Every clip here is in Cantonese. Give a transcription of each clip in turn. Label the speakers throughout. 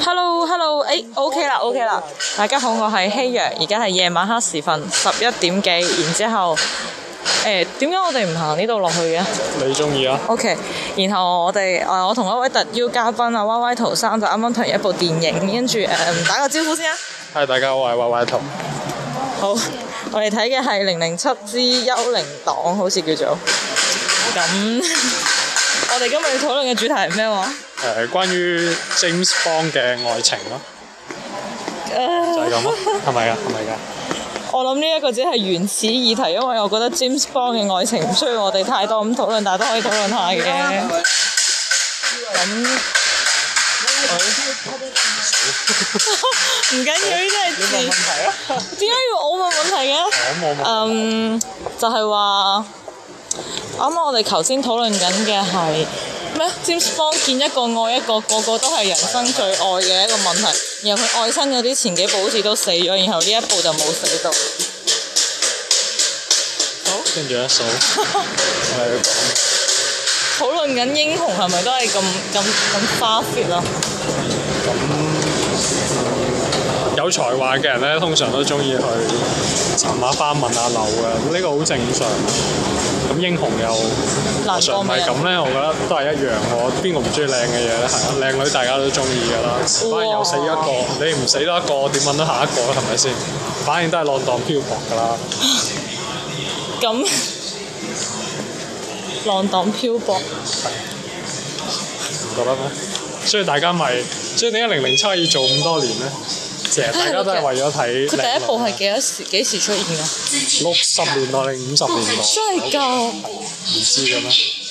Speaker 1: Hello，Hello，誒，OK 啦，OK 啦，大家好，我係希陽，而家係夜晚黑時分十一點幾，然之後誒點解我哋唔行呢度落去嘅
Speaker 2: 你中意啊？
Speaker 1: ？OK，然後我哋誒、呃我同一位特邀嘉賓啊，Y Y 陶生就啱啱睇完一部電影，跟住誒打個招呼先啊！
Speaker 2: 係大家好，我係 Y Y 圖。
Speaker 1: 好，我哋睇嘅係零零七之幽靈黨，好似叫做咁。我哋今日要討論嘅主題係咩話？
Speaker 2: 誒、關於 James Bond 嘅愛情咯，就係咁咯，係咪啊？係咪㗎？
Speaker 1: 我諗呢一個只係原始議題，因為我覺得 James Bond 嘅愛情唔需要我哋太多咁討論，但係都可以討論下嘅。咁唔緊要，呢啲係自
Speaker 2: 題啊！
Speaker 1: 點解要我問問題嘅？
Speaker 2: 咁我啊冇
Speaker 1: 嗯，就係話啱啱我哋頭先討論緊嘅係咩？James Bond 見一個愛一個，個個都係人生最愛嘅一個問題。然後佢愛親嗰啲前幾部好似都死咗，然後呢一部就冇死到。
Speaker 2: 好，跟住一數，我哋講
Speaker 1: 討論緊英雄係咪都係咁咁咁花 fit 啊？
Speaker 2: 有才華嘅人咧，通常都中意去尋下花問下樓嘅，呢、個好正常。咁英雄又
Speaker 1: 難
Speaker 2: 常
Speaker 1: 過
Speaker 2: 唔
Speaker 1: 咩
Speaker 2: 係
Speaker 1: 啊？
Speaker 2: 咁咧，我覺得都係一樣。我邊個唔中意靚嘅嘢咧？係啊，靚女大家都中意㗎啦。反而有死一個，你唔死得一個，點揾到下一個咧？係咪先？反正都係浪蕩漂泊㗎啦。
Speaker 1: 咁 浪蕩漂泊，
Speaker 2: 唔覺得咩？所以大家咪，所以點解零零七要做咁多年咧？成日大家都係為咗睇。
Speaker 1: 佢第一部係幾多時幾時出現㗎？
Speaker 2: 六十年代定五十年代？
Speaker 1: 真係㗎！
Speaker 2: 唔知嘅咩？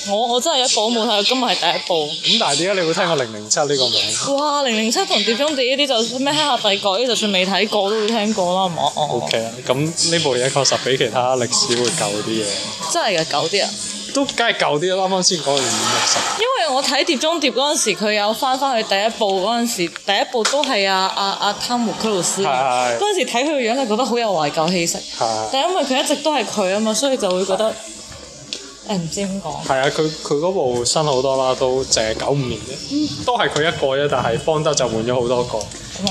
Speaker 1: 我我真係一部都冇睇過，今日係第一部。
Speaker 2: 咁但係點解你會聽過零零七呢個名？
Speaker 1: 哇！零零七同碟中谍呢啲就咩黑客帝國呢啲，就算未睇過都會聽過啦，係嘛？哦
Speaker 2: O K 啊，咁呢部嘢確實比其他歷史會舊啲嘅，
Speaker 1: 真係嘅九啲啊！
Speaker 2: 都梗係舊啲啦。啱啱先講完五六十，
Speaker 1: 因為我睇碟中谍嗰陣時，佢有翻翻去第一部嗰陣時，第一部都係阿阿阿湯姆克魯斯嘛。
Speaker 2: 係
Speaker 1: 嗰陣時睇佢個樣，就覺得好有懷舊氣息。
Speaker 2: 係
Speaker 1: 但因為佢一直都係佢啊嘛，所以就會覺得誒唔知點講。
Speaker 2: 係啊，佢佢嗰部新好多啦，都淨係九五年啫，都係佢一個啫，但係邦德就換咗好多個。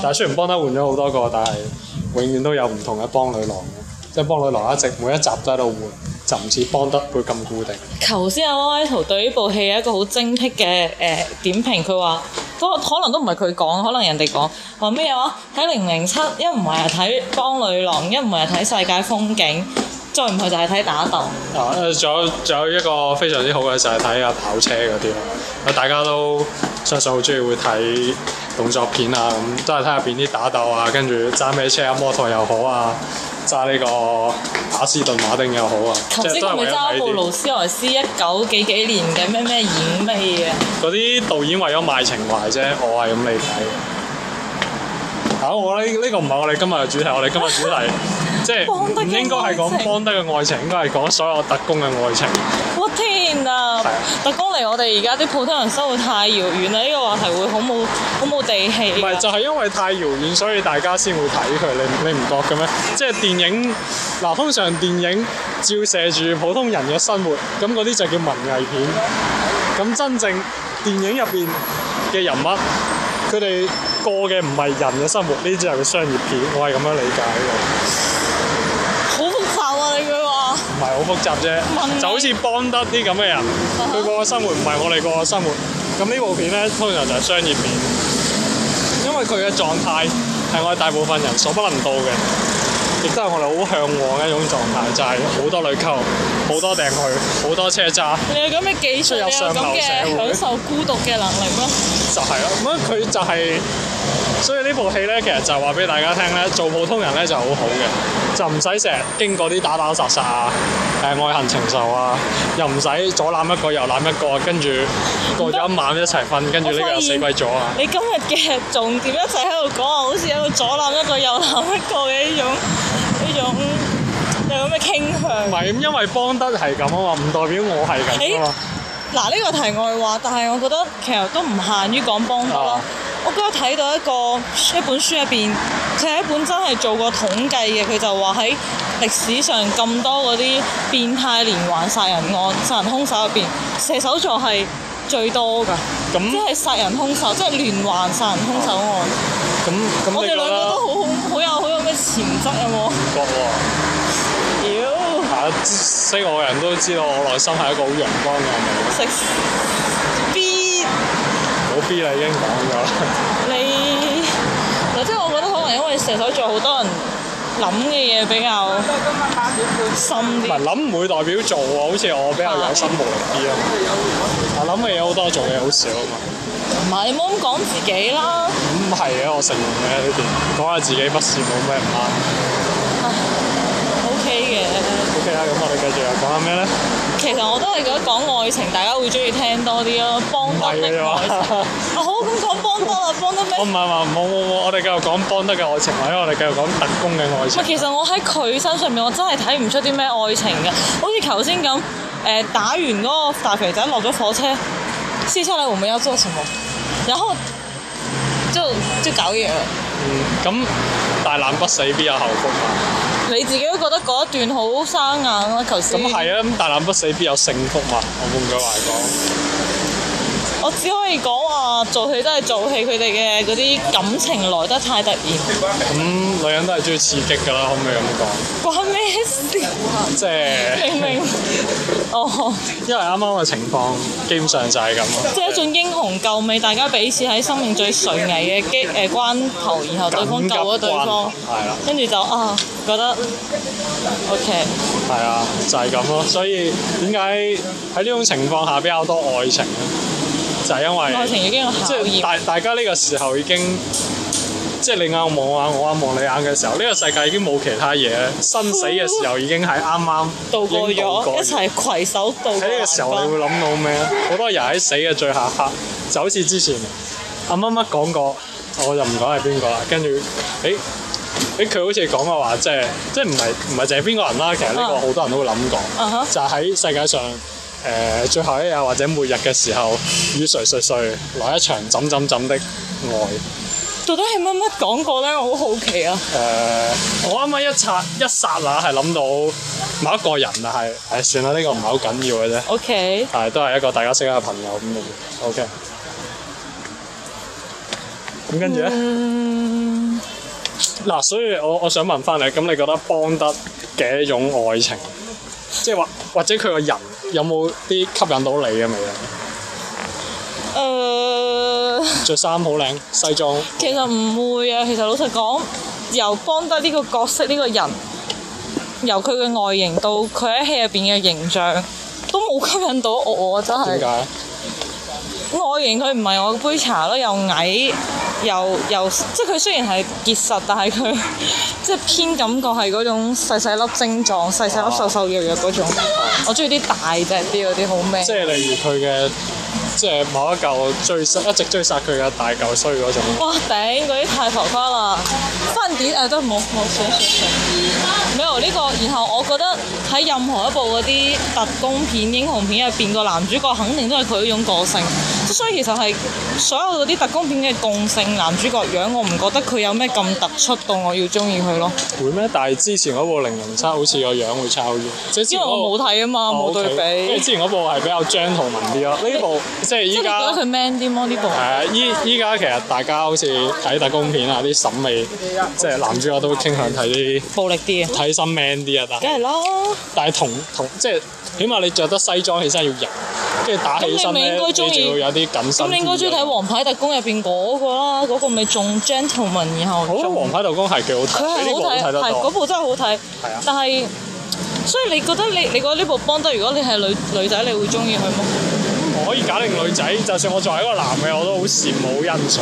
Speaker 2: 但係雖然邦德換咗好多個，但係永遠都有唔同嘅邦女郎嘅，即係邦女郎一直每一集都喺度換，就唔似邦德會咁固定。
Speaker 1: 頭先阿 Y Y 圖對呢部戲有一個好精闢嘅誒點評，佢話都可能都唔係佢講，可能人哋講話咩話睇零零七，一唔係係睇邦女郎，一唔係係睇世界風景，再唔係就係睇打鬥。
Speaker 2: 啊，誒仲有仲有一個非常之好嘅就係睇下跑車嗰啲咯，啊大家都相信好中意會睇動作片啊，咁都係睇下邊啲打鬥啊，跟住揸咩車啊，摩托又好啊，揸呢個阿斯頓馬丁又好啊，
Speaker 1: 頭
Speaker 2: 即
Speaker 1: 先
Speaker 2: 係都
Speaker 1: 佢
Speaker 2: 係
Speaker 1: 咪
Speaker 2: 為咗
Speaker 1: 揸
Speaker 2: 睇
Speaker 1: 一部勞
Speaker 2: 啲
Speaker 1: 斯萊斯一九幾幾年嘅咩咩演咩嘢啊？
Speaker 2: 嗰啲導演為咗賣情懷啫，我係咁理解嘅。啊，我覺得呢呢個唔係我哋今日嘅主題，我哋今日主題 即
Speaker 1: 邦德嘅
Speaker 2: 係唔應該係
Speaker 1: 愛
Speaker 2: 講
Speaker 1: 情
Speaker 2: 邦德嘅愛情，應該係講所有特工嘅愛情。
Speaker 1: 我天啊
Speaker 2: 係啊！
Speaker 1: 特工離我哋而家啲普通人生活太遙遠啦，呢、個話題會好冇好冇地氣啊
Speaker 2: 唔係
Speaker 1: 㗎。
Speaker 2: 就係因為太遙遠，所以大家先會睇佢。你你唔覺嘅咩？即係電影嗱，通常電影照射住普通人嘅生活，咁嗰啲就叫文藝片。咁真正電影入邊嘅人物，佢哋過嘅唔係人嘅生活，呢啲就係商業片。我係咁樣理解嘅，
Speaker 1: 好複雜啊！你佢話。
Speaker 2: 唔係好複
Speaker 1: 文
Speaker 2: 雜
Speaker 1: 藝
Speaker 2: 啫。就好似邦德啲咁嘅人，佢過嘅生活唔係我哋過嘅生活。咁呢部片咧，通常就係商業片，因為佢嘅狀態係我哋大部分人所不能到嘅，亦都係我哋好向往嘅一種狀態，就係、好多女溝，好多訂去，好多車揸，
Speaker 1: 你有咁嘅技術，
Speaker 2: 出
Speaker 1: 你有
Speaker 2: 入上
Speaker 1: 咁
Speaker 2: 流
Speaker 1: 嘅
Speaker 2: 社會
Speaker 1: 享受孤獨嘅能力咯。
Speaker 2: 就係、咯。咁啊佢就係、所以呢部戲咧，其實就係話俾大家聽咧，做普通人咧就好好嘅，就唔使成日經過啲打打殺殺啊，誒、愛恨情仇啊，又唔使左攬一個右攬一個，跟住過咗一晚一齊瞓，跟住呢個又死鬼咗啊！
Speaker 1: 你今日嘅重點一齊喺度講啊，好似喺度左攬一個右攬一個嘅呢種呢種有咁嘅傾
Speaker 2: 唔
Speaker 1: 向。
Speaker 2: 係咁，因為邦德係咁啊嘛，唔代表我係咁啊嘛。
Speaker 1: 嗱，呢個題外話，但係我覺得其實都唔限於講邦德咯
Speaker 2: 啊。
Speaker 1: 我嗰日睇到一個一本書入邊，佢係一本真係做過統計嘅，佢就話喺歷史上咁多嗰啲變態連環殺人案、殺人兇手入邊，射手座係最多㗎，即
Speaker 2: 咁
Speaker 1: 係殺人兇手，即係連環殺人兇手案。
Speaker 2: 咁咁，
Speaker 1: 我哋
Speaker 2: 你覺
Speaker 1: 兩個
Speaker 2: 得
Speaker 1: 都好好有好有咩潛質有冇？
Speaker 2: 覺喎？
Speaker 1: 妖
Speaker 2: 啊，識我嘅人都知道我內心係一個好陽光嘅人
Speaker 1: 食 B
Speaker 2: 嚟，好 B 啦已經講咗啦。
Speaker 1: 你嗱，即係我覺得可能因為射手座好多人諗嘅嘢比較深
Speaker 2: 唔
Speaker 1: 啲，
Speaker 2: 係諗唔會代表做喎，好似我比較有心無力啲咯。啊，諗嘅嘢好多，做嘅嘢好少啊嘛。
Speaker 1: 同埋你冇咁講自己啦。
Speaker 2: 唔係嘅，我承認嘅呢段，講下自己不是冇咩唔啱。
Speaker 1: O K 嘅，
Speaker 2: OK 啊啦，咁我哋繼續又講下咩咧？
Speaker 1: 其實我都係覺得講愛情，大家會中意聽多啲咯。邦
Speaker 2: 唔
Speaker 1: 德
Speaker 2: 係嘅
Speaker 1: 的
Speaker 2: 啫
Speaker 1: 愛情，啊
Speaker 2: 嘛。
Speaker 1: 好咁講邦德啦，邦德咩
Speaker 2: 我？唔係話冇冇冇，我哋繼續講邦德嘅愛情，或者我哋繼續講特工嘅愛
Speaker 1: 唔
Speaker 2: 情
Speaker 1: 係，。其實我喺佢身上面，我真係睇唔出啲咩愛情嘅，好似頭先咁，誒、呃打完嗰個大肥仔落咗火車，接下來我們要做什麼？然後就就搞嘢啊啦。
Speaker 2: 嗯，咁大難不死必有後福嘛。
Speaker 1: 你自己都覺得嗰一段好生硬啦，頭
Speaker 2: 咁
Speaker 1: 先。
Speaker 2: 係啊，咁大難不死必有勝福嘛。我換句話講。
Speaker 1: 我只可以講話做戲都係做戲，佢哋嘅嗰啲感情來得太突然，
Speaker 2: 咁女人都係中意刺激㗎啦，可唔可以咁講？
Speaker 1: 關咩事啊？
Speaker 2: 即係
Speaker 1: 明明哦，
Speaker 2: 因為啱啱嘅情況，基本上就係咁咯。
Speaker 1: 即係一種英雄救美，大家彼此喺生命最垂危嘅機誒關頭，然後對方救咗對方
Speaker 2: 緊急，關係啦，
Speaker 1: 跟住就啊覺得 OK，
Speaker 2: 係啊，就係咁咯。所以點解喺呢種情況下比較多愛情咧？就係因
Speaker 1: 愛
Speaker 2: 為
Speaker 1: 情已經有
Speaker 2: 即
Speaker 1: 考
Speaker 2: 係
Speaker 1: 驗，
Speaker 2: 大大家呢個時候已經。即係你眼望眼，我眼望你眼嘅時候，呢、個世界已經冇其他嘢咧。生死嘅時候已經係啱啱
Speaker 1: 度過咗
Speaker 2: 已經度過
Speaker 1: 一齊攜手度過
Speaker 2: 喺呢個時候，你會諗到咩？好多人喺死嘅最下刻，就好似之前阿乜乜講過，我就唔講係邊個啦。跟住，誒誒，佢好似講過話，即係即係唔係唔係淨係邊個人啦？其實呢個好多人都會諗過，
Speaker 1: 啊哈
Speaker 2: 就係喺世界上誒、最後一日或者末日嘅時候，與誰誰誰來一場怎怎怎的愛。
Speaker 1: 到底係乜乜講過咧？我好好奇啊！
Speaker 2: 誒、我啱啱一剎一剎那係諗到某一個人啊，係係算啦，呢、個唔係好緊要嘅啫。
Speaker 1: OK，
Speaker 2: 但係都係一個大家識得嘅朋友咁嘅嘢 OK。咁跟住咧，
Speaker 1: 嗯，
Speaker 2: 嗱、所以我我想問翻你，咁你覺得邦德嘅一種愛情，即係或或者佢個人有冇啲吸引到你嘅味啊？
Speaker 1: 誒、
Speaker 2: 着衫好靚，西裝。
Speaker 1: 呃其實唔會啊，其實老實講，由邦德呢個角色呢、個人，由佢嘅外形到佢喺戲入邊嘅形象，都冇吸引到我，啊！真係
Speaker 2: 點解？
Speaker 1: 外形佢唔係我杯茶咯，又矮又又即係佢雖然係結實，但係佢 即係偏感覺係嗰種細細粒精壯、細細粒瘦瘦弱弱嗰種。我中意啲大隻啲嗰啲好 man。
Speaker 2: 即係例如佢嘅，即係某一嚿追殺，一直追殺佢嘅大嚿衰嗰種。
Speaker 1: 哇頂！嗰啲太浮誇啦，翻碟誒都冇冇想想沒有呢、個，然後我覺得喺任何一部嗰啲特工片、英雄片入邊，個男主角肯定都係佢嗰種個性。即所以其實係所有嗰啲特工片嘅共性男主角樣，我唔覺得佢有咩咁突出到我要中意佢咯。
Speaker 2: 會咩？但係之前嗰部《零零七》好似個樣會抄遠，即係之
Speaker 1: 因
Speaker 2: 前
Speaker 1: 為
Speaker 2: 嗰部哦
Speaker 1: 我冇睇啊嘛，冇對
Speaker 2: OK 因為
Speaker 1: 比
Speaker 2: 之。前嗰部係比較 gentleman 啲咯，呢部即係
Speaker 1: 即係
Speaker 2: 依
Speaker 1: 你覺
Speaker 2: 家
Speaker 1: 得佢 man 啲麼？呢部
Speaker 2: 誒依依家其實大家好似睇特工片啊，啲審美即係男主角都傾向睇啲
Speaker 1: 暴力啲啊，
Speaker 2: 睇心 man 啲啊，但
Speaker 1: 梗係啦。
Speaker 2: 但係同同即係起碼你着得西裝起身要型，跟住打起身
Speaker 1: 咁你咪
Speaker 2: 咧
Speaker 1: 應該中意
Speaker 2: 你就會有啲緊身。
Speaker 1: 咁你應該中意睇《
Speaker 2: 黃，
Speaker 1: 王牌特工》入邊嗰個啦，嗰、個咪仲 gentleman，然後
Speaker 2: 我覺得
Speaker 1: 仲
Speaker 2: 黃牌特工係幾好
Speaker 1: 佢
Speaker 2: 睇，呢
Speaker 1: 係好
Speaker 2: 部好
Speaker 1: 睇，啊
Speaker 2: 睇得
Speaker 1: 係嗰
Speaker 2: 多。
Speaker 1: 部真係好睇。
Speaker 2: 係啊
Speaker 1: 但係，所以你覺得你你覺得呢部邦德，如果你係女女仔，你會中意佢嗎？
Speaker 2: 我可以揀定女仔，就算我作為一個男嘅，我都好羨慕、好欣賞，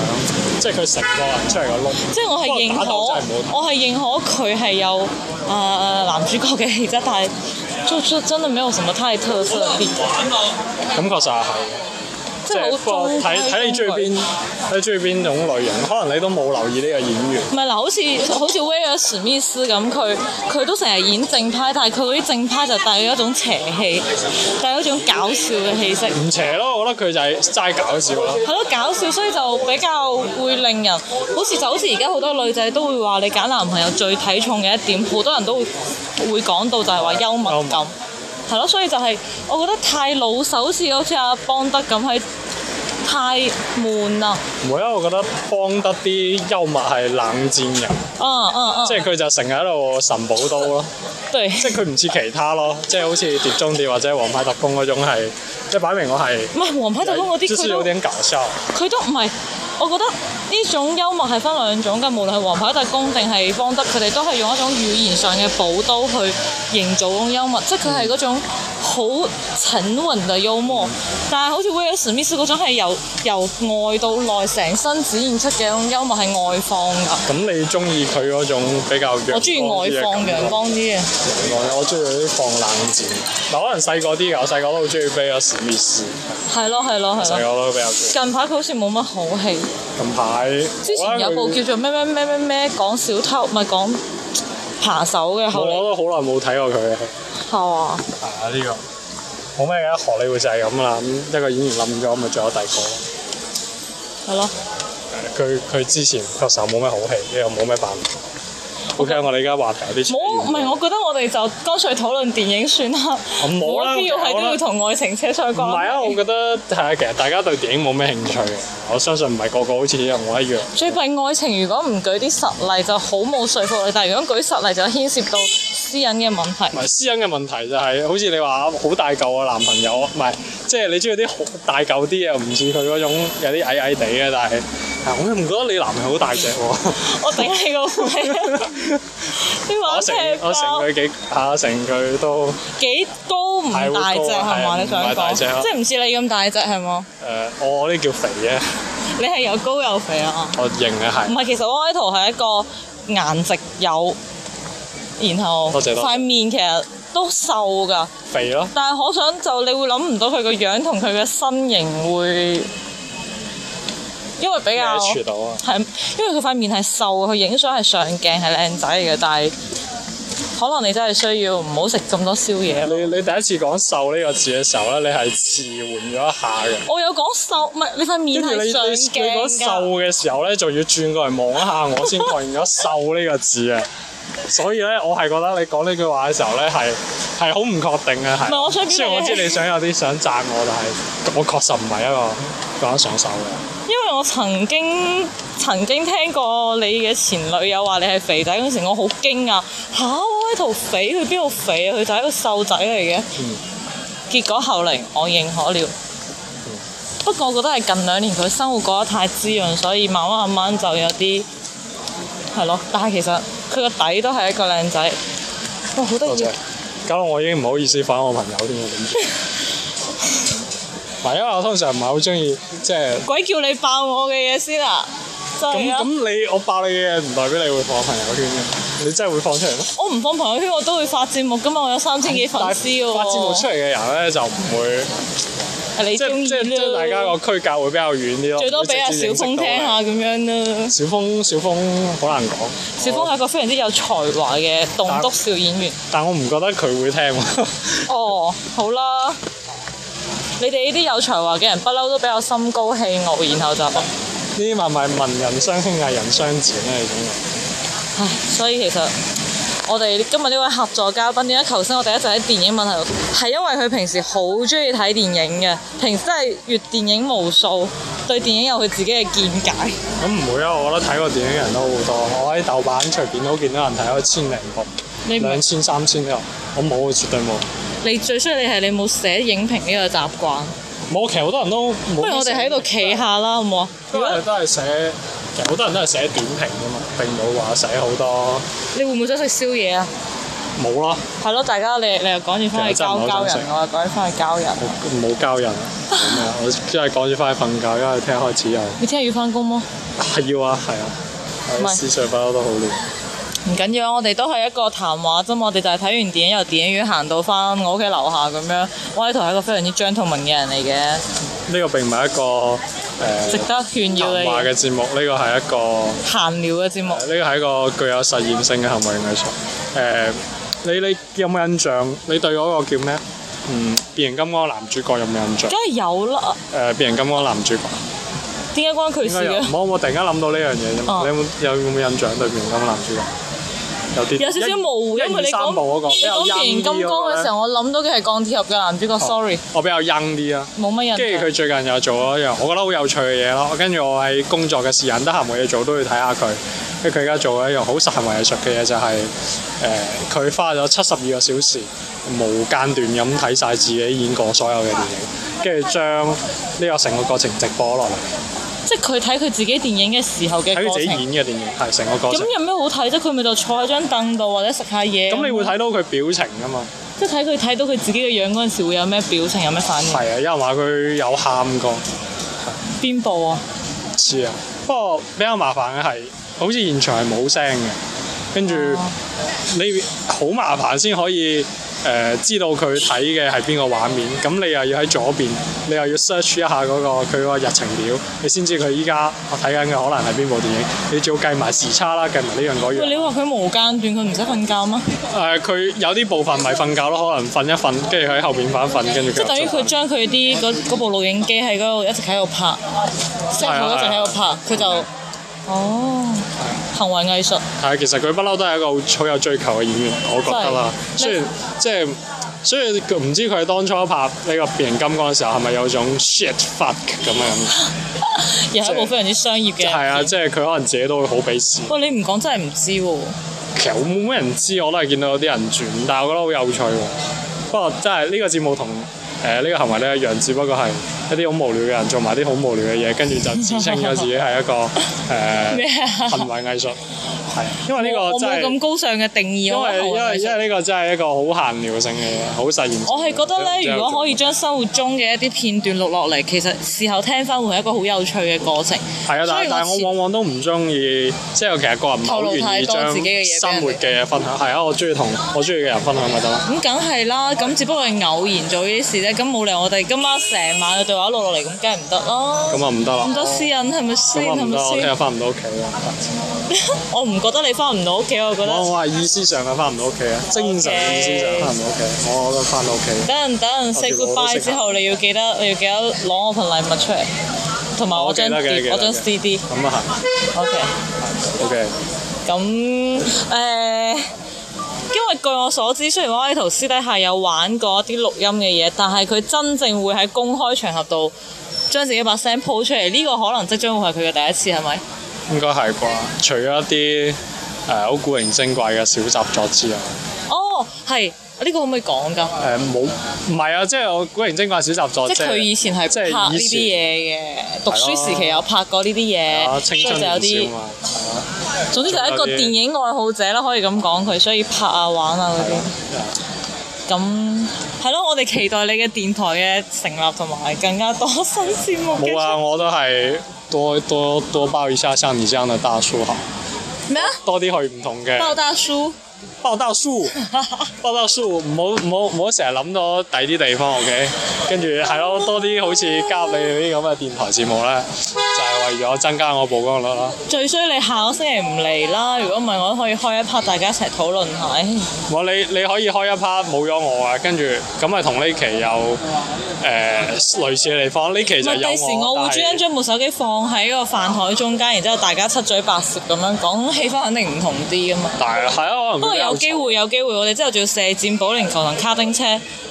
Speaker 2: 即係佢成個人出嚟個 look。
Speaker 1: 即係我係認
Speaker 2: 不過打
Speaker 1: 可
Speaker 2: 鬥真係唔，
Speaker 1: 我係認可佢係有誒、呃男主角嘅氣質，但係就就真的沒有什麼太特色嘅地方，
Speaker 2: 咁確實係。
Speaker 1: 即
Speaker 2: 即
Speaker 1: 係
Speaker 2: 係不
Speaker 1: 好
Speaker 2: 過
Speaker 1: 中
Speaker 2: 睇睇你中意邊，睇你中意邊種類型，可能你都冇留意呢個演員。
Speaker 1: 唔係嗱，好似好似威爾史密斯咁，佢佢都成日演正派，但係佢嗰啲正派就帶有一種邪氣，帶有一種搞笑嘅氣息。
Speaker 2: 唔邪咯，我覺得佢就係齋搞笑咯。
Speaker 1: 係咯，搞笑，所以就比較會令人好似就好似而家好多女仔都會話你揀男朋友最睇重嘅一點，好多人都會會講到就係話幽默
Speaker 2: 幽
Speaker 1: 感
Speaker 2: 默。
Speaker 1: 係咯，所以就係、我覺得太老手似好似阿邦德咁係太悶啦。
Speaker 2: 唔會啊！我覺得幫得啲幽默係冷戰人，
Speaker 1: 嗯嗯嗯，
Speaker 2: 即係佢就成日喺度神寶刀咯，
Speaker 1: 對
Speaker 2: 即係佢唔似其他咯，即係好似碟中谍或者王牌特工嗰種係，即係擺明我係。
Speaker 1: 唔係黃牌特工嗰啲
Speaker 2: 就是
Speaker 1: 佢
Speaker 2: 有
Speaker 1: 都
Speaker 2: 點搞笑，
Speaker 1: 佢都唔係，我覺得呢種幽默係分兩種㗎，無論係黃牌特工定係邦德，佢哋都係用一種語言上嘅寶刀去營造嗰種幽默，即係佢係嗰種好沉穩嘅幽默。但係好似 Will Smith 嗰種係由由外到內成身展現出嘅嗰種幽默係外放㗎。
Speaker 2: 咁你中意佢嗰種比較陽
Speaker 1: 我中意外放陽
Speaker 2: 陽
Speaker 1: 光啲嘅，
Speaker 2: 我中意嗰啲放冷戰。嗱，可能細個啲嘅，我細個都好中意 Will Smith，
Speaker 1: 係咯係咯係
Speaker 2: 細
Speaker 1: 咯。
Speaker 2: 個都比較中意。
Speaker 1: 近排佢好似冇乜好戲，
Speaker 2: 近排
Speaker 1: 之前有部叫做咩咩咩咩咩講小偷，唔係講扒手嘅，後
Speaker 2: 我
Speaker 1: 嚟
Speaker 2: 都好耐冇睇過佢嘅，
Speaker 1: 係啊。
Speaker 2: 係啊呢個冇咩嘅，荷里活就係咁啦。咁一個演員冧咗，咪仲有第二個咯。
Speaker 1: 係咯，
Speaker 2: 佢佢之前確實冇咩好戲，又冇咩辦法。OK，我哋而家話題有啲
Speaker 1: 冇唔係，我覺得我哋就乾脆討論電影算啦，
Speaker 2: 冇啦
Speaker 1: 冇必要係都要同愛情扯上關
Speaker 2: 唔係啊，我覺得係啊，其實大家對電影冇咩興趣嘅，我相信唔係個個好似我一樣。
Speaker 1: 最弊愛情如果唔舉啲實例就好冇說服力，但係如果舉實例就牽涉到私隱嘅問題
Speaker 2: 唔。係私隱嘅問題就係、好似你話好大嚿嘅男朋友，唔係即係你中意啲好大嚿啲嘅，唔似佢嗰種有啲矮矮地嘅，但係啊我又唔覺得你男朋友好大隻喎。
Speaker 1: 我頂你個肺！ 你
Speaker 2: 我
Speaker 1: 玩
Speaker 2: 成
Speaker 1: 踢
Speaker 2: 我成
Speaker 1: 爆
Speaker 2: 佢幾下成佢都誒、
Speaker 1: 幾高唔大隻係嘛？
Speaker 2: 係
Speaker 1: 你想
Speaker 2: 唔係大
Speaker 1: 講，
Speaker 2: 隻啊
Speaker 1: 即係唔似你咁大隻係嘛？
Speaker 2: 呃我我呢叫肥啫，
Speaker 1: 你係又高又肥啊！
Speaker 2: 我認嘅
Speaker 1: 唔
Speaker 2: 係。
Speaker 1: 係，其實 Y 圖係一個顏值有，然後
Speaker 2: 多謝多謝
Speaker 1: 塊面其實都瘦㗎。
Speaker 2: 肥咯，
Speaker 1: 但係可想就你會諗唔到佢個樣同佢嘅身形會，因為比較
Speaker 2: 咩處到啊？
Speaker 1: 係，因為佢塊面係瘦，佢影相係上鏡係靚仔嚟嘅，但係可能你真係需要唔好食咁多宵夜咯。
Speaker 2: 你你第一次講瘦呢個字嘅時候咧，你係遲緩咗一下嘅。
Speaker 1: 我有講瘦，唔係你塊面
Speaker 2: 跟住你
Speaker 1: 係
Speaker 2: 你
Speaker 1: 上
Speaker 2: 你
Speaker 1: 鏡
Speaker 2: 講瘦
Speaker 1: 㗎。
Speaker 2: 嘅時候咧，仲要轉過嚟望一下我先確認咗瘦呢個字啊！所以咧，我係覺得你講呢句話嘅時候咧，係係好唔確定嘅，
Speaker 1: 唔係我想
Speaker 2: 係。
Speaker 1: 表
Speaker 2: 雖然我
Speaker 1: 達
Speaker 2: 知你想有啲想讚我，但係我確實唔係一個講得上手嘅。
Speaker 1: 因為我曾經曾經聽過你嘅前女友話你係肥仔嗰陣時，我好驚訝吓，我喺度肥，佢邊度肥啊？佢就係一個瘦仔嚟嘅。
Speaker 2: 嗯
Speaker 1: 結果後嚟我認可了。不過我覺得係近兩年佢生活過得太滋潤，所以慢慢慢慢就有啲係咯。但係其實佢個底都係一個靚仔，哇！好得
Speaker 2: 多
Speaker 1: 意
Speaker 2: 謝。。搞到我已經唔好意思反我朋友添啊！點 算唔係因為我通常唔係好中意即係
Speaker 1: 鬼叫你爆我嘅嘢先啊！真
Speaker 2: 咁
Speaker 1: 係啊！
Speaker 2: 咁你我爆你嘅嘢唔代表你會放朋友圈嘅，你真係會放出嚟咩？
Speaker 1: 我唔放朋友圈，我都會發節目噶嘛，我有三千幾粉
Speaker 2: 但
Speaker 1: 絲喎。
Speaker 2: 發節目出嚟嘅人咧就唔會。
Speaker 1: 係啊你
Speaker 2: 即
Speaker 1: 中
Speaker 2: 係
Speaker 1: 意
Speaker 2: 即係即係
Speaker 1: 咯
Speaker 2: 大家個區隔會比較遠啲咯，
Speaker 1: 最多俾阿小峰聽下
Speaker 2: 會
Speaker 1: 咁樣啦。
Speaker 2: 直接認識到你。小峰小峰好難講，
Speaker 1: 小峰係一個非常之有才華嘅棟篤笑演 員。
Speaker 2: 但我唔覺得佢會聽喎。
Speaker 1: 哦，好啦，你哋呢啲有才華嘅人，不嬲都比較心高氣傲，然後就，
Speaker 2: 呢啲咪咪文人相輕，藝人相賤咧，已經
Speaker 1: 唉，所以其實。我哋今日呢位合作嘉賓點解頭先我哋一陣喺電影問題度，係因為佢平時好中意睇電影嘅，平時真係閱電影無數，對電影有佢自己嘅見解。
Speaker 2: 咁唔會啊！我覺得睇過電影嘅人都好多，我喺豆瓣隨便都見到人睇咗千零部、
Speaker 1: 你唔
Speaker 2: 兩千、三千都有。我冇，絕對冇。
Speaker 1: 你最衰你係你冇寫影評呢個習慣。
Speaker 2: 冇，其實好多人都冇。
Speaker 1: 不如我哋喺度企下啦，好唔好啊？如
Speaker 2: 都
Speaker 1: 果
Speaker 2: 係都係寫，其實好多人都係寫短評㗎嘛，並冇話寫好多
Speaker 1: 你會唔會想食宵夜啊？
Speaker 2: 冇咯，
Speaker 1: 係咯，大家你你又趕住翻去交交人，我又趕住翻去交人。
Speaker 2: 冇冇 交人。咁啊，我即係趕住翻去瞓覺，因為聽日開始又。
Speaker 1: 你聽日要翻工麼？
Speaker 2: 係要啊，係啊，
Speaker 1: 唔
Speaker 2: 我
Speaker 1: 係
Speaker 2: 思緒不嬲都好亂。
Speaker 1: 唔緊要啊，我哋都係一個談話啫嘛。我哋就係睇完電影由電影院行到翻我屋企樓下咁樣。我呢頭係一個非常之 gentleman 嘅人嚟嘅，
Speaker 2: 呢個並唔係一個誒、呃、
Speaker 1: 值得炫耀
Speaker 2: 談話
Speaker 1: 嘅
Speaker 2: 嘅節目，呢個係一個呢
Speaker 1: 閒聊嘅節目。
Speaker 2: 個係一個具有實驗性嘅行為藝術。誒、你你有冇印象？你對嗰個叫咩？嗯，變形金剛男主角有冇印象？誒、
Speaker 1: 梗係有啦，
Speaker 2: 變形金剛男主角
Speaker 1: 點解關佢
Speaker 2: 應
Speaker 1: 事啊
Speaker 2: 該有。
Speaker 1: 嘅？
Speaker 2: 我我突然間諗到呢樣嘢啫嘛
Speaker 1: 哦
Speaker 2: 你有冇有冇印象對變形金剛男主角？誒、有啲
Speaker 1: 有少少模糊，因為你講
Speaker 2: 一二三部嗰個
Speaker 1: 你講變形金剛嘅時候，我諗到嘅係鋼鐵俠嘅男主角，sorry，
Speaker 2: 我比較 young 啲啊。
Speaker 1: 冇乜印象。
Speaker 2: 哦跟住佢最近又做咗一樣我覺得好有趣嘅嘢咯。跟住我喺工作嘅時間，得閒冇嘢做都會睇下佢。跟住佢而家做咗一樣好實行為藝術嘅嘢，就係誒佢花咗七十二個小時無間斷咁睇晒自己演過所有嘅電影，跟住將呢個成個過程直播落嚟，
Speaker 1: 即係佢睇佢自己電影嘅時候嘅
Speaker 2: 睇佢
Speaker 1: 過
Speaker 2: 自己
Speaker 1: 程。
Speaker 2: 演嘅電影係成個過程。
Speaker 1: 咁有咩好睇啫？佢咪就坐喺張凳度或者食下嘢。
Speaker 2: 咁你會睇到佢表情噶嘛？
Speaker 1: 即係睇佢睇到佢自己嘅樣嗰陣時，會有咩表情，有咩反應？
Speaker 2: 係啊，有人話佢有喊過。
Speaker 1: 邊部啊？
Speaker 2: 知啊，不過比較麻煩嘅係，好似現場係冇聲嘅，跟住
Speaker 1: 哦
Speaker 2: 你好麻煩先可以誒、呃知道佢睇嘅係邊個畫面，咁你又要喺左邊，你又要 search 一下嗰、個佢個日程表，你先知佢依家我睇緊嘅可能係邊部電影，你仲要計埋時差啦，計埋呢樣嗰
Speaker 1: 哦喂，你
Speaker 2: 樣。
Speaker 1: 話佢無間斷，佢唔使瞓覺嗎？
Speaker 2: 誒、佢有啲部分咪瞓覺咯，可能瞓一瞓，跟住喺後邊瞓一瞓，跟住
Speaker 1: 即係等於佢
Speaker 2: 佢
Speaker 1: 將佢啲嗰嗰部錄影機喺嗰度一直喺度拍，set
Speaker 2: 啊
Speaker 1: 好一直喺度拍，佢就哦行為藝術。
Speaker 2: 係，其實佢不嬲都係一個好好有追求嘅演員，我覺得啦。雖
Speaker 1: 真係
Speaker 2: 然即係，雖然佢唔知佢當初拍呢個變形金剛嘅時候係咪有種 shit fuck 咁樣，
Speaker 1: 又係一部非常之商業嘅。
Speaker 2: 係啊，。即係佢可能自己都會好鄙視。
Speaker 1: 喂，你唔講真係唔知喎。
Speaker 2: 其實我冇乜人知，我都係見到有啲人轉，但係我覺得好有趣喎。不過真係呢個節目同誒呢個行為咧一樣，只不過係一啲好無聊嘅人做埋啲好無聊嘅嘢，跟住就自稱咗自己係一個誒、
Speaker 1: 咩
Speaker 2: 呃、
Speaker 1: 啊？
Speaker 2: 行為藝術，係因為呢
Speaker 1: 我
Speaker 2: 個
Speaker 1: 我
Speaker 2: 真
Speaker 1: 冇
Speaker 2: 係
Speaker 1: 咁。高尚嘅定義，
Speaker 2: 因
Speaker 1: 啊我覺得
Speaker 2: 為
Speaker 1: 行為
Speaker 2: 因為
Speaker 1: 藝術
Speaker 2: 因為呢個真係一個好閒聊性嘅嘢，好實驗。
Speaker 1: 我係覺得咧，如果可以將生活中嘅一啲片段錄落嚟，其實事後聽翻會係一個好有趣嘅過程。
Speaker 2: 係啊，但
Speaker 1: 所
Speaker 2: 係
Speaker 1: 以
Speaker 2: 但係我
Speaker 1: 前
Speaker 2: 往往都唔中意，即係我其實個人唔係好願
Speaker 1: 透
Speaker 2: 意
Speaker 1: 露太多
Speaker 2: 將
Speaker 1: 自己嘅嘢俾人哋
Speaker 2: 生活嘅嘢分享。係啊，我中意同我中意嘅人分享咪得咯。
Speaker 1: 咁梗係啦，咁只不過係偶然做呢啲事啫，咁冇理由我哋今晚成晚嘅對話錄落嚟，咁梗係唔得啦。
Speaker 2: 咁啊唔得啦，
Speaker 1: 咁多私隱係咪先？
Speaker 2: 咁啊
Speaker 1: 係
Speaker 2: 唔
Speaker 1: 咪
Speaker 2: 得，我聽日
Speaker 1: 先？
Speaker 2: 翻唔到屋企啊啦。
Speaker 1: 我唔覺得你翻唔到屋企，我覺得
Speaker 2: 我。我係意思上嘅翻唔到屋企啊，精神意思上翻唔到屋企，我都翻到屋企。
Speaker 1: 等陣等陣 say
Speaker 2: 我都識
Speaker 1: goodbye 之後，你要記得你要記得攞我份禮物出嚟，同埋我張
Speaker 2: 我記得嘅記
Speaker 1: 碟
Speaker 2: 得嘅
Speaker 1: 我張 CD。
Speaker 2: 咁啊
Speaker 1: OK。
Speaker 2: 係，OK，
Speaker 1: 咁誒、呃因為據我所知，雖然話 Ito 私底下有玩過一啲錄音嘅嘢，但係佢真正會喺公開場合度將自己把聲鋪出嚟，呢、個可能即將會係佢嘅第一次，係咪？
Speaker 2: 應該係啩？除咗一啲誒好古靈精怪嘅小習作之外。
Speaker 1: 哦，係，呢、個可唔可以講㗎？
Speaker 2: 誒冇，唔係啊，即係我古靈精怪小習作，
Speaker 1: 即係佢以前係
Speaker 2: 哦即
Speaker 1: 拍
Speaker 2: 係
Speaker 1: 呢
Speaker 2: 以
Speaker 1: 啲
Speaker 2: 前
Speaker 1: 嘢嘅，讀書時期有拍過呢啲
Speaker 2: 啊
Speaker 1: 嘢，所
Speaker 2: 青
Speaker 1: 以就
Speaker 2: 春
Speaker 1: 有
Speaker 2: 年
Speaker 1: 啲
Speaker 2: 少。啊嘛，
Speaker 1: 總之就係一個電影愛好者啦，可以咁講佢，所以拍啊玩啊嗰啲。咁係咯，我哋期待你嘅電台嘅成立同埋更加多新節目嘅
Speaker 2: 冇啊，
Speaker 1: 出
Speaker 2: 我都係多多多包一下像你這樣的大叔好，
Speaker 1: 咩啊？
Speaker 2: 多啲去唔同嘅
Speaker 1: 爆大叔，
Speaker 2: 爆大叔，爆大叔，唔好唔好唔好成日諗到第啲地方，OK？跟住 係咯，多啲好似加入你哋啲咁嘅電台節目咧，就係為咗增加我曝光率啦。
Speaker 1: 最衰你下個星期唔嚟啦！如果唔係，我都可以開一 part 大家一齊討論下。唉
Speaker 2: 我你你可以開一 part 冇咗我啊，跟住咁咪同呢期有誒、呃、類似嘅地方，呢期
Speaker 1: 唔
Speaker 2: 就
Speaker 1: 係
Speaker 2: 有
Speaker 1: 第時我會專
Speaker 2: 但係
Speaker 1: 登將部手機放喺個飯台中間，然之後大家七嘴八舌咁樣講，氣氛肯定唔同啲噶嘛。
Speaker 2: 但係係啊，可能
Speaker 1: 不過有機會有機會，我哋之後仲要射箭、保齡球同卡丁車，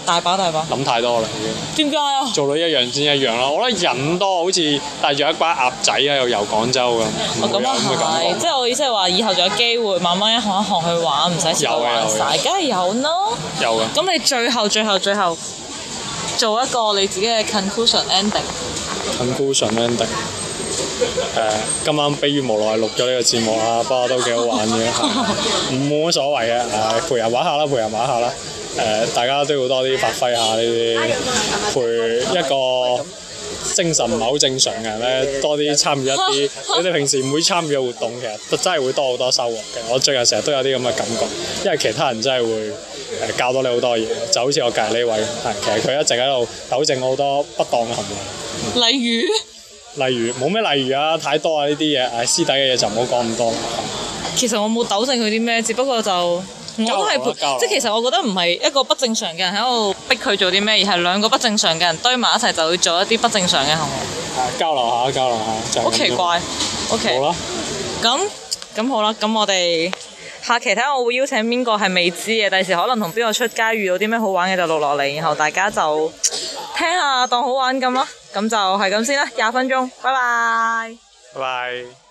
Speaker 1: 大把大把。
Speaker 2: 諗太多啦，已經
Speaker 1: 點解啊？
Speaker 2: 做到一樣先一樣啦。我覺得人多好似帶住一班鴨仔喺度遊廣州咁，
Speaker 1: 哦，
Speaker 2: 唔會
Speaker 1: 咁
Speaker 2: 有
Speaker 1: 啊
Speaker 2: 咁嘅感
Speaker 1: 係，
Speaker 2: 覺。
Speaker 1: 即係我意思係話，以後仲有機會慢慢一行一行去玩，唔使試到玩晒，梗係啊有啦。
Speaker 2: 有嘅，
Speaker 1: 咁你最後最後最後做一個你自己嘅 conclusion ending，
Speaker 2: 很 c o n c l u ending。誒，呃今晚迫於無奈錄咗呢個節目啊啦，不過都幾好玩嘅，冇乜所謂嘅，誒陪人玩下啦，陪人玩下啦，誒、大家都要多啲發揮下呢啲，陪一個精神唔係好正常嘅人咧，多啲參與一啲你哋平時唔會參與嘅活動，其實都真係會多好多收穫嘅。我最近成日都有啲咁嘅感覺，因為其他人真係會誒、教到你好多嘢，就好似我隔離呢位，係其實佢一直喺度糾正我好多不當嘅行為。
Speaker 1: 例如
Speaker 2: 例如冇咩例如啊，太多啊呢啲嘢，唉，私底嘅嘢就唔好講咁多啦。
Speaker 1: 其實我冇糾正佢啲咩，只不過就我都係陪
Speaker 2: 交流啦交流
Speaker 1: 即係其實我覺得唔係一個不正常嘅人喺度逼佢做啲咩，而係兩個不正常嘅人堆埋一齊就會做一啲不正常嘅行為，
Speaker 2: 啊交流下，交流下就係咁
Speaker 1: 好
Speaker 2: 啫
Speaker 1: 奇怪。OK，
Speaker 2: 好啦，
Speaker 1: 咁咁好啦，咁我哋拍其他我會邀請邊個係未知嘅，第時可能同邊個出街遇到啲咩好玩嘅就錄落嚟，然後大家就聽下當好玩咁咯。咁就係咁先啦，廿分鐘，拜拜。
Speaker 2: 拜拜。